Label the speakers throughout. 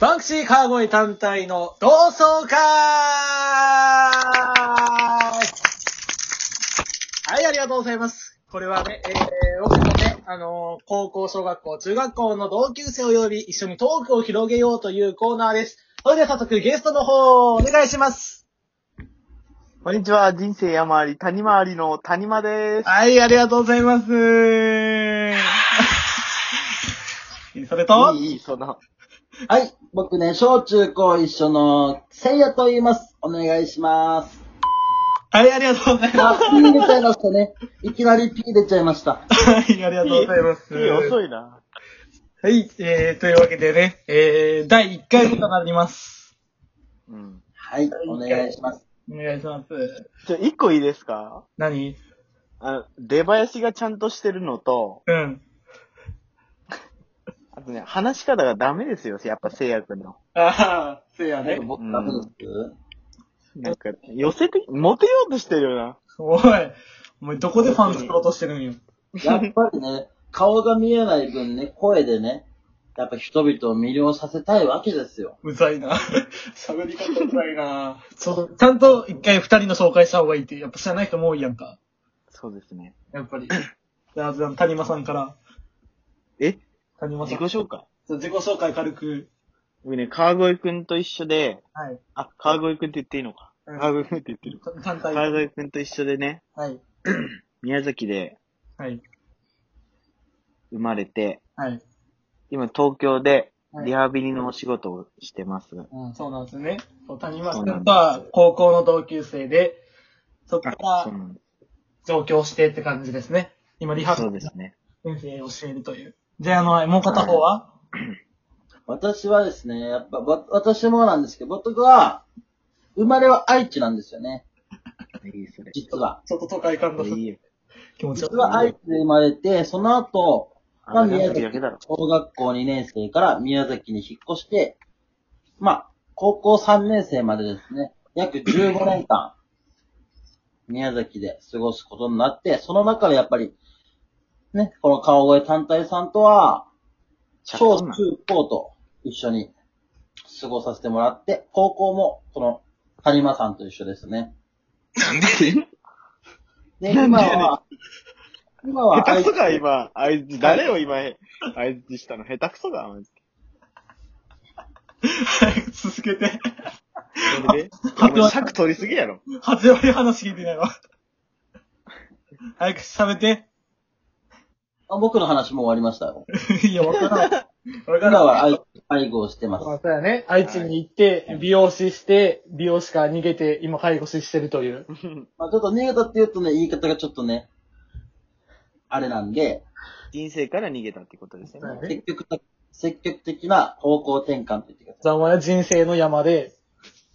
Speaker 1: バンクシー川越単体の同窓会はい、ありがとうございます。これはね、えー、僕のね、あのー高校、小学校、中学校の同級生を呼び、一緒にトークを広げようというコーナーです。それでは早速ゲストの方、お願いします。
Speaker 2: こんにちは、人生山あり、谷回りの谷間です。
Speaker 1: はい、ありがとうござい ます。それと、
Speaker 2: いい、いい、そんな。
Speaker 3: はい。僕ね、小中高一緒の、せいやと言います。お願いします。
Speaker 1: はい、ありがとうございま
Speaker 3: あ、ピー出ちゃいましたね。いきなりピー出ちゃいました。
Speaker 1: す。はい、ありがとうございます。
Speaker 2: いい、遅いな。
Speaker 1: はい、えー、というわけでね、えー、第1回目となります。
Speaker 2: うん。
Speaker 3: はい。お願いします。
Speaker 1: お願いします。
Speaker 2: じゃ、一個いいですか
Speaker 1: 何
Speaker 2: あの、出囃子がちゃんとしてるのと、
Speaker 1: うん。
Speaker 2: あとね、話し方がダメですよ、やっぱ聖也くんの。
Speaker 1: ああ、せやね。
Speaker 3: 僕ダメです、
Speaker 2: なんか、寄せて、モテようとしてるよな。
Speaker 1: おい、お前どこでファン作ろうとしてるんよ。
Speaker 3: やっぱりね、顔が見えない分ね、声でね、やっぱ人々を魅了させたいわけですよ。
Speaker 1: うざいな。喋り方うざいな。そう、ちゃんと一回二人の紹介した方がいいって、やっぱ知らない人も多いやんか。
Speaker 2: そうですね。
Speaker 1: やっぱり。じゃあ、じゃあ谷間さんから。
Speaker 2: え
Speaker 1: 谷間さ
Speaker 2: 自
Speaker 1: ん。
Speaker 2: 己紹介
Speaker 1: そう自己紹介軽く。
Speaker 2: 僕ね、川越くんと一緒で、
Speaker 1: はい。
Speaker 2: あ、川越くんって言っていいのか。
Speaker 1: うん
Speaker 2: 川越くんって言ってる。
Speaker 1: 単体。はい。
Speaker 2: 川越くんと一緒でね、
Speaker 1: はい。
Speaker 2: 宮崎で
Speaker 1: はい。
Speaker 2: 生まれて、
Speaker 1: はい。
Speaker 2: 今東京で
Speaker 1: はい
Speaker 2: リハビリのお仕事をしてます。
Speaker 1: うん、そうなんですね。そう谷間さんとは高校の同級生で、そこか
Speaker 2: あそう
Speaker 1: ら
Speaker 2: なん
Speaker 1: 上京してって感じですね。今、リハ
Speaker 2: そうですね。
Speaker 1: 先生教えるという。で、あの、もう片方は、
Speaker 3: 私はですね、やっぱ、わ私もなんですけど、僕は、生まれは愛知なんですよね。
Speaker 2: いい、それ。
Speaker 3: 実は。
Speaker 1: ちょっと都会感
Speaker 2: いいよ。
Speaker 1: 気持ちよ
Speaker 3: 実は愛知で生まれて、その後、まあ、
Speaker 2: あ、
Speaker 3: 宮
Speaker 2: 宮
Speaker 3: 崎
Speaker 2: 崎だけだろ。
Speaker 3: 小学校2年生から宮崎に引っ越して、まあ、高校3年生までですね、約15年間、宮崎で過ごすことになって、その中でやっぱり、ね、この川越単体さんとは、小中高と一緒に過ごさせてもらって、高校もこの谷間さんと一緒ですね。で、
Speaker 2: なんで
Speaker 3: 今
Speaker 2: やねん
Speaker 3: は、今は
Speaker 2: 下手く
Speaker 3: 愛知
Speaker 2: そか、今。あいつ、誰を今、あいつしたの下手くそ か、マジ
Speaker 1: はい、 続けて。
Speaker 2: で。それで、お前尺取りすぎやろ。
Speaker 1: 8割話聞いてないわ。早く喋って。
Speaker 3: あ僕の話も終わりましたよ。
Speaker 1: いや、わからん。わか
Speaker 3: 今
Speaker 1: らん。
Speaker 3: は愛愛護をしてます。
Speaker 1: まあ、そうやね。愛知に行って、美容師して、美容師から逃げて、今介護士してるという。
Speaker 3: まあちょっと逃げたって言うとね、言い方がちょっとね、あれなんで、
Speaker 2: 人生から逃げたってことですよね。
Speaker 3: 積極的、積極的な方向転換って言ってください。
Speaker 1: じゃあお前は人生の山で、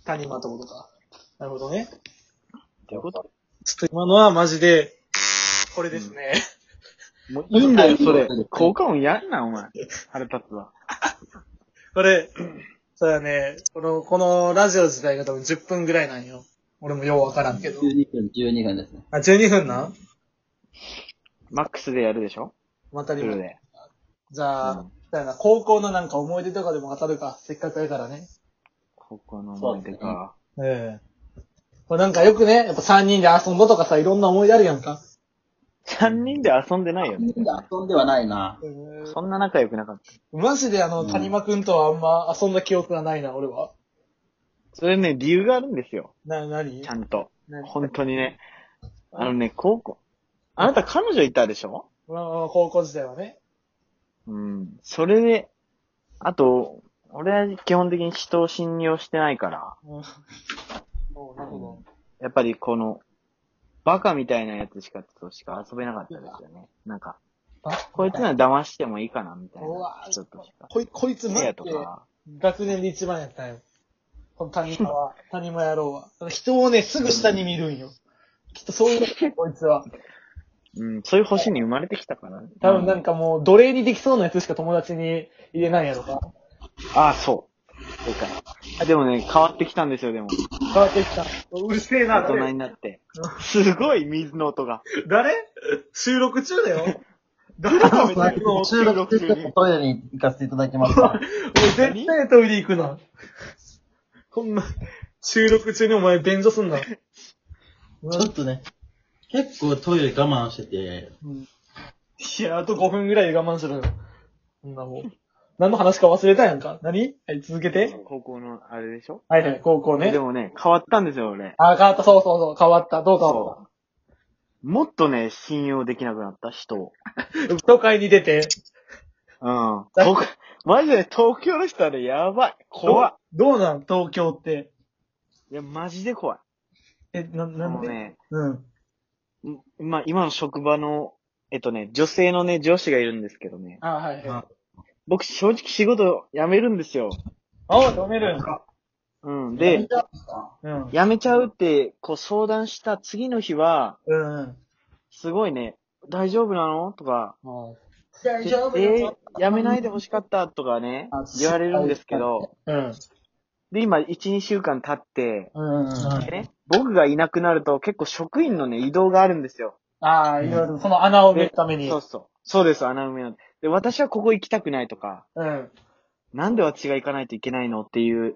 Speaker 1: 谷間ってことか。なるほどね。
Speaker 2: ってこと
Speaker 1: ちょっと今のはマジで、これですね。
Speaker 2: もういいんだよ、それ。効果音やんな、お前。腹立つわ。
Speaker 1: これ、そうやね、この、このラジオ自体が多分10分ぐらいなんよ。俺もようわからんけど。
Speaker 3: 12分、12分ですね。
Speaker 1: あ、12分なん
Speaker 2: マックスでやるでしょ
Speaker 1: また
Speaker 2: フ
Speaker 1: り
Speaker 2: ル
Speaker 1: も。
Speaker 2: で。
Speaker 1: じゃあ、
Speaker 2: うん
Speaker 1: そうやな、高校のなんか思い出とかでも語るか。せっかくやからね。
Speaker 2: ここの思い出か。
Speaker 1: ええこれなんかよくね、やっぱ3人で遊んだとかさ、いろんな思い出あるやんか。
Speaker 2: 三人で遊んでないよね。
Speaker 3: 遊んではないな。
Speaker 2: そんな仲良くなかった。
Speaker 1: マジであの、谷間くんとはあんま遊んだ記憶がないな、俺は。
Speaker 2: それね、理由があるんですよ。
Speaker 1: な、なに
Speaker 2: ちゃんと。
Speaker 1: なに
Speaker 2: 本当にね。あのね、高校。あなた彼女いたでしょ
Speaker 1: まあまあ高校時代はね。
Speaker 2: うん。それで、あと、俺は基本的に人を信用してないから、
Speaker 1: うん。おうなるほ
Speaker 2: やっぱりこの、バカみたいなやつしかとしか遊べなかったですよね。なんか、
Speaker 1: ど。あ、
Speaker 2: こいつなら騙してもいいかな、みたいうな
Speaker 1: わ
Speaker 2: 人としか。
Speaker 1: こい、こいつマ
Speaker 2: せ
Speaker 1: ジ
Speaker 2: や
Speaker 1: で
Speaker 2: とか、
Speaker 1: 学年で一番やったんよ。この谷間 は、谷間野郎は。あの人をね、すぐ下に見るんよ。きっとそういう、こいつは。
Speaker 2: うん、そういう星に生まれてきたからね。
Speaker 1: 多分なんかもう、奴隷にできそうなやつしか友達に入れないやろか。
Speaker 2: ああ、そう。そうか。あでもね、変わってきたんですよ、でも。
Speaker 1: 変わってきた。うるせえ
Speaker 2: 大人になって。すごい水の音が。
Speaker 1: 誰収録中だよ。どれもさ、もう
Speaker 3: 収録しててもトイレに行かせていただきました。
Speaker 1: 絶対トイレ行くな。こんな、収録中にお前便所すんな。
Speaker 3: ちょっとね、結構トイレ我慢してて、
Speaker 1: いや、あと5分ぐらいで我慢するの。そんなもう。何の話か忘れたやんか。何はい、続けて。
Speaker 2: 高校のあれでしょ
Speaker 1: はいはい、高校ね
Speaker 2: で。もね、変わったんですよ、俺。
Speaker 1: あ、変わった、そうそうそう、変わった、どう変わっ
Speaker 2: もっとね、信用できなくなった人を。
Speaker 1: た。都会に出て、
Speaker 2: うん。僕、マジで東京の人はね、やばい。怖い。
Speaker 1: どうなん、東京って。
Speaker 2: いや、マジで怖い。
Speaker 1: え、な、なん
Speaker 2: もう
Speaker 1: で、
Speaker 2: ね、
Speaker 1: うん。
Speaker 2: んまあ、今の職場の、えっとね、女性のね、上司がいるんですけどね。
Speaker 1: あ、はいはい。
Speaker 2: 僕、正直仕事辞めるんですよ。
Speaker 1: あ、止めるんか。
Speaker 2: うん。で、
Speaker 1: うん。
Speaker 2: 辞めちゃうって、こう相談した次の日は、
Speaker 1: うんうん。
Speaker 2: すごいね、大丈夫なのとか、え
Speaker 3: 大丈夫
Speaker 2: ー辞めないでほしかったとかね
Speaker 3: あ、
Speaker 2: 言われるんですけど、
Speaker 1: うん。
Speaker 2: で、今、1、2週間経って、
Speaker 1: うん。
Speaker 2: でね、僕がいなくなると結構職員のね、移動があるんですよ。
Speaker 1: ああ、いろいろ、その穴を埋めるために。
Speaker 2: そうそう。そうです、穴埋めの。で、私はここ行きたくないとか、
Speaker 1: うん。
Speaker 2: なんで私が行かないといけないのっていう、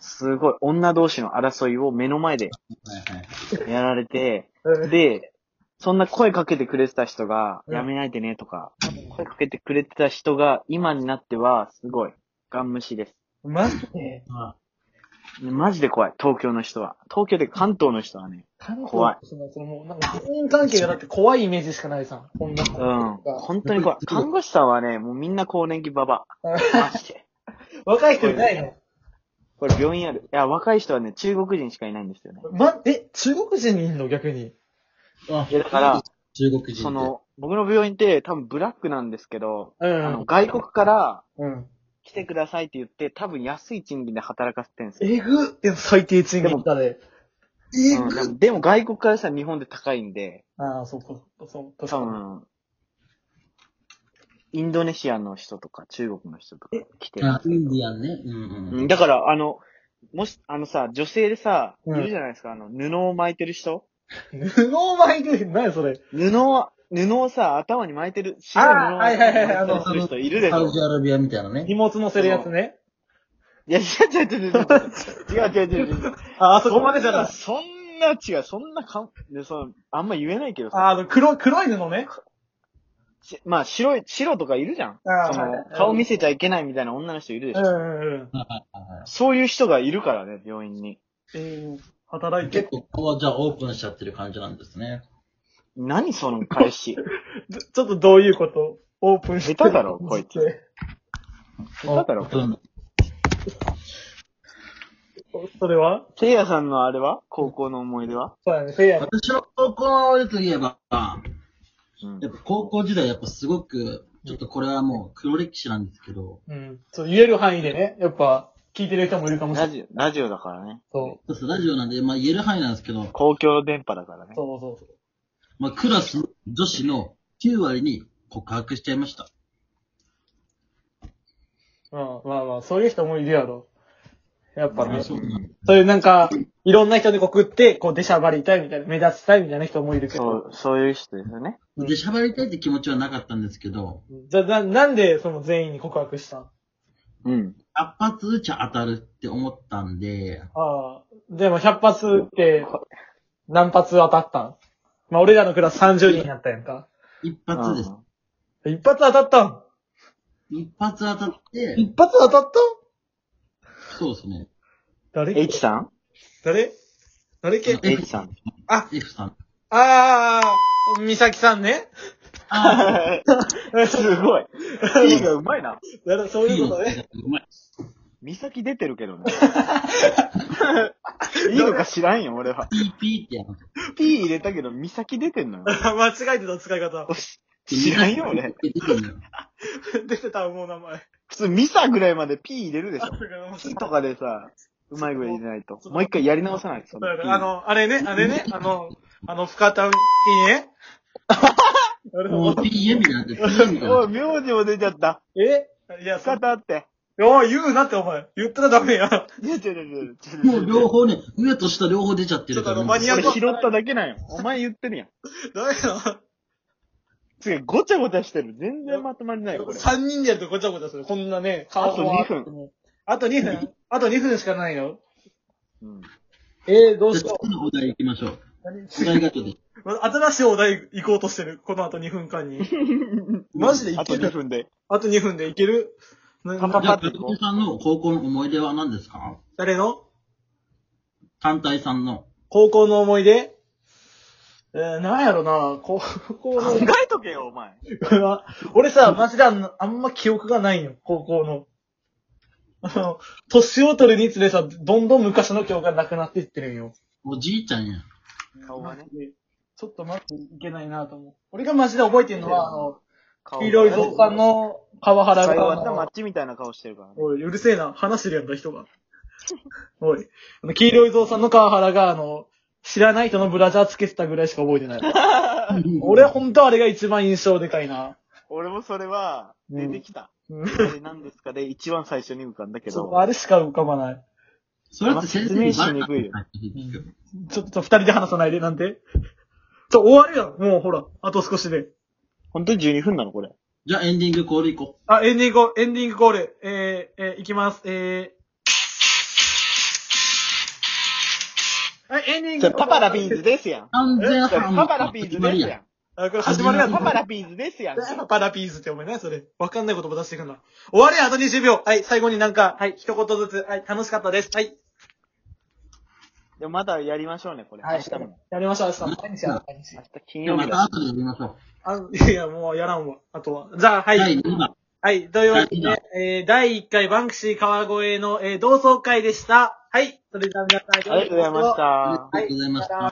Speaker 2: すごい女同士の争いを目の前でやられて、
Speaker 1: うん
Speaker 2: で、そんな声かけてくれてた人が、
Speaker 1: うん
Speaker 2: やめないでねとか、声かけてくれてた人が、今になっては、すごい、ガン無視です。
Speaker 1: マジで
Speaker 2: マジで怖い、東京の人は。東京で関東の人はね。
Speaker 1: 韓国
Speaker 2: 怖い
Speaker 1: その、そのもう、なんか、人間関係がだって怖いイメージしかないさ。こんな。
Speaker 2: うん。本当 に怖い。看護師さんはね、もうみんな更年期ババア。マジで。
Speaker 1: 若い人いないの
Speaker 2: これ病院ある。いや、若い人はね、中国人しかいないんですよね。
Speaker 1: ま、え、中国人にいんの逆に。
Speaker 2: いや、だから、
Speaker 3: 中国人
Speaker 2: そ、の、僕の病院って多分ブラックなんですけど、
Speaker 1: う
Speaker 2: あの、
Speaker 1: ん。
Speaker 2: 外国から
Speaker 1: うん。
Speaker 2: 来てくださいって言って、多分安い賃金で働かせてるんですよ。
Speaker 1: えぐえ、最低賃金だで。え
Speaker 2: うんでもでも外国からしたら日本で高いんで、
Speaker 1: ああ、そうか、そう、確
Speaker 2: 多
Speaker 1: か
Speaker 2: 分、インドネシアの人とか中国の人とか来てる。
Speaker 3: あ、インディアンね。うん
Speaker 2: う
Speaker 3: うんん。
Speaker 2: だから、あの、もし、あのさ、女性でさ、い
Speaker 1: うん
Speaker 2: るじゃないですか、あの、布を巻いてる人
Speaker 1: に。布を巻いてる、何それ。
Speaker 2: 布を、布をさ、頭に巻いてる、白い布を
Speaker 1: あーは
Speaker 2: 巻
Speaker 1: い
Speaker 2: い
Speaker 1: は
Speaker 2: て
Speaker 1: いはいあの
Speaker 2: るする人いるでし
Speaker 3: サ
Speaker 2: ょ
Speaker 3: ウジアラビアみたいなね。
Speaker 1: 荷物乗せるやつね。
Speaker 2: いや、違う違う違う違う。違う違う違う 違う。
Speaker 1: ああ、
Speaker 2: そんな違う、そんなかん、でそのあんま言えないけど
Speaker 1: あ
Speaker 2: さ。
Speaker 1: あ、あの、黒、黒い布ね。
Speaker 2: しまあ、白い、白とかいるじゃん。
Speaker 1: あー
Speaker 2: そ
Speaker 1: は
Speaker 2: の
Speaker 1: い、
Speaker 2: 顔見せちゃいけないみたいな女の人いるでし
Speaker 1: う
Speaker 2: ょ。
Speaker 1: んうんうん。
Speaker 2: そういう人がいるからね、病院に。
Speaker 1: ええ、働いて
Speaker 3: 結。構、ここはじゃあオープンしちゃってる感じなんですね。
Speaker 2: 何その彼 氏。
Speaker 1: ちょちょっとどういうことオープンして。
Speaker 2: 下手だろこいつ
Speaker 1: つ。
Speaker 2: だから
Speaker 3: オープン
Speaker 1: それは
Speaker 2: せいやさんのあれは高校の思い出は
Speaker 1: そうやね、せいや。
Speaker 3: 私の高校でといえば、
Speaker 2: うん
Speaker 3: やっぱ高校時代やっぱすごく、ちょっとこれはもう黒歴史なんですけど、
Speaker 1: うん。そう、言える範囲でね、やっぱ、聞いてる人もいるかもしれ
Speaker 2: ラ
Speaker 1: ない。
Speaker 2: ジオ、ラジオだからね。
Speaker 1: そう。
Speaker 3: そうそうラジオなんで、まあ言える範囲なんですけど、
Speaker 2: 公共の電波だからね。
Speaker 1: そうそうそう。
Speaker 3: まあクラスの女子の9割に告白しちゃいました。
Speaker 1: うん、まあまあ、そういう人もいるやろ。やっぱね、
Speaker 3: そう
Speaker 2: うん
Speaker 1: そういうなんか、いろんな人に告って、こう、出しゃばりたいみたいな、目立ちたいみたいな人もいるけ
Speaker 2: そ
Speaker 1: ど。
Speaker 2: う、そういう人ですよね。
Speaker 3: で、喋りたいって気持ちはなかったんですけど、
Speaker 1: じゃあ、な、なんで、その全員に告白したん
Speaker 2: うん。
Speaker 3: 一発打ちゃ当たるって思ったんで、
Speaker 1: ああ、でも100発打って、何発当たったんまあ、俺らのクラス30人やったやんか。
Speaker 3: 一発です。
Speaker 1: 一発当たったん
Speaker 3: 一発当たって、
Speaker 1: 一発当たったん
Speaker 3: そうですね。
Speaker 2: う
Speaker 1: 誰
Speaker 2: ん。H さん
Speaker 1: 誰誰系
Speaker 2: ?H さん。
Speaker 3: F さん。
Speaker 1: ああ、美咲さんね。
Speaker 3: あ
Speaker 2: すごい。P がうまいな。
Speaker 1: だからそ
Speaker 3: あ、
Speaker 1: う
Speaker 3: い
Speaker 1: い
Speaker 3: いうの
Speaker 1: ことね。
Speaker 3: うまい。
Speaker 2: 美咲出てるけどね。 いいのか知らんよ、俺は。
Speaker 3: ピーピーってやる。
Speaker 2: P 入れたけど、美咲出てんのよ。
Speaker 1: 間違えてた使い方。
Speaker 2: 知らんよ、俺。
Speaker 3: 出てるのよ。
Speaker 1: 出てた、もう名前。
Speaker 2: 普通、ミサぐらいまで P 入れるでしょ。
Speaker 1: そ
Speaker 2: P とかでさ、うまいぐらい入れないと。もう一回やり直さないと。その
Speaker 1: うだ
Speaker 2: P
Speaker 1: ねあの、あれね、あれね、あの、あの、深田にね。あれ
Speaker 3: もう PM になって、PM みたい
Speaker 2: お、。
Speaker 3: ない
Speaker 2: 名字も出ちゃった。
Speaker 1: えいや、
Speaker 2: 使
Speaker 1: さ
Speaker 2: っ、たって。
Speaker 1: おい、言うなって、お前。言ったらダメや。ち
Speaker 2: いや、違う違う違う。
Speaker 3: もう両方ね、上と下両方出ちゃってるから、
Speaker 1: ちょっとあのマニアック
Speaker 2: 俺拾っただけなんよ。お前言ってるやん。
Speaker 1: ダメや。
Speaker 2: すげえ、ごちゃごちゃしてる。全然まとまりない、これ。
Speaker 1: 3人でやるとごちゃごちゃする。こんなね、顔
Speaker 2: あと
Speaker 1: も
Speaker 2: 2分。
Speaker 1: あと2分あと2分しかないよ。
Speaker 2: うん。
Speaker 1: えー、どう
Speaker 3: じゃ
Speaker 1: し
Speaker 3: あ
Speaker 1: よ
Speaker 3: 次のお題行きましょう。
Speaker 1: う。
Speaker 3: お題がちょっと。
Speaker 1: 新しいお題行こうとしてる。この後2分間に。マジでい
Speaker 2: あと
Speaker 1: け
Speaker 2: 2
Speaker 1: る
Speaker 2: 分で。
Speaker 1: あと2分でいけるな
Speaker 2: パパ
Speaker 3: じゃ
Speaker 2: パ
Speaker 3: あ、ペコさんの高校の思い出は何ですか
Speaker 1: 誰の
Speaker 3: 単体さんの。
Speaker 1: 高校の思い出えー、なんやろな高校
Speaker 2: 考
Speaker 1: の。
Speaker 2: えとけよ、お前。
Speaker 1: 俺さ、マジであんあんま記憶がないよ、高校の。 あの、年を取るにつれさ、どんどん昔の記憶がなくなっていってるんよ。
Speaker 3: おじいちゃんや。
Speaker 2: 顔がね。
Speaker 1: ちょっと待っていけないなと思う。俺がマジで覚えてるのは、あの、
Speaker 2: 顔が
Speaker 1: 黄色いぞさん。の川原
Speaker 2: 最後
Speaker 1: が
Speaker 2: はマッチみたいな顔してるからね。
Speaker 1: おい、うるせえな。話してるやんか、人が。 おい。あの、黄色いぞうさんの川原が、あの、知らない人のブラジャーつけてたぐらいしか覚えて ない。俺、ほんとあれが一番印象でかいな。
Speaker 2: 俺もそれは、出てきた。
Speaker 1: うん。
Speaker 2: あれ何ですかで、一番最初に浮かんだけ
Speaker 1: そう、
Speaker 2: ど。
Speaker 1: あれしか浮かばない。
Speaker 3: それって先生にバレたってなってるんですよ
Speaker 1: ちょっと二人で話さないで、なんて。ちょ、終わるやん。もうほら、あと少しで。
Speaker 2: 本当に12分なの、これ。
Speaker 3: じゃあエンディングコール行こ
Speaker 1: あ、エンディング、エンディングコール。えー、えー、いきます。えー。はい、エンディング。
Speaker 2: パパラピーズですやん
Speaker 3: う。。完全半
Speaker 2: パパラピーズですやん。
Speaker 1: あ、これ始
Speaker 2: 始
Speaker 1: ま
Speaker 2: ま
Speaker 1: るやん。
Speaker 2: るやん。パパラピーズですやん。
Speaker 1: パパラピーズってお前な、それ。わかんない言葉出してくんな。終わりあと20秒。はい、最後になんか、はい、一言ずつ。はい、楽しかったです。はい。
Speaker 2: でもまたやりましょうね、これ。明日も。
Speaker 1: やりましょう、明日。毎日やろう、毎日
Speaker 2: 明。日金
Speaker 3: う。
Speaker 2: 曜
Speaker 3: ま
Speaker 2: 日
Speaker 3: た
Speaker 2: だ。
Speaker 3: 後でやりましょ
Speaker 1: あの、いや、もうやらんわ。あとは。じゃあ、は
Speaker 3: う。
Speaker 1: い。
Speaker 3: は、
Speaker 1: はいい。
Speaker 3: 2番。
Speaker 1: というわけ
Speaker 3: はい
Speaker 1: で、えー、第1回バンクシー川越の、えー、同窓会でした。はい。それでは皆さん、
Speaker 2: ありがとうございました。
Speaker 3: ありがとうございました。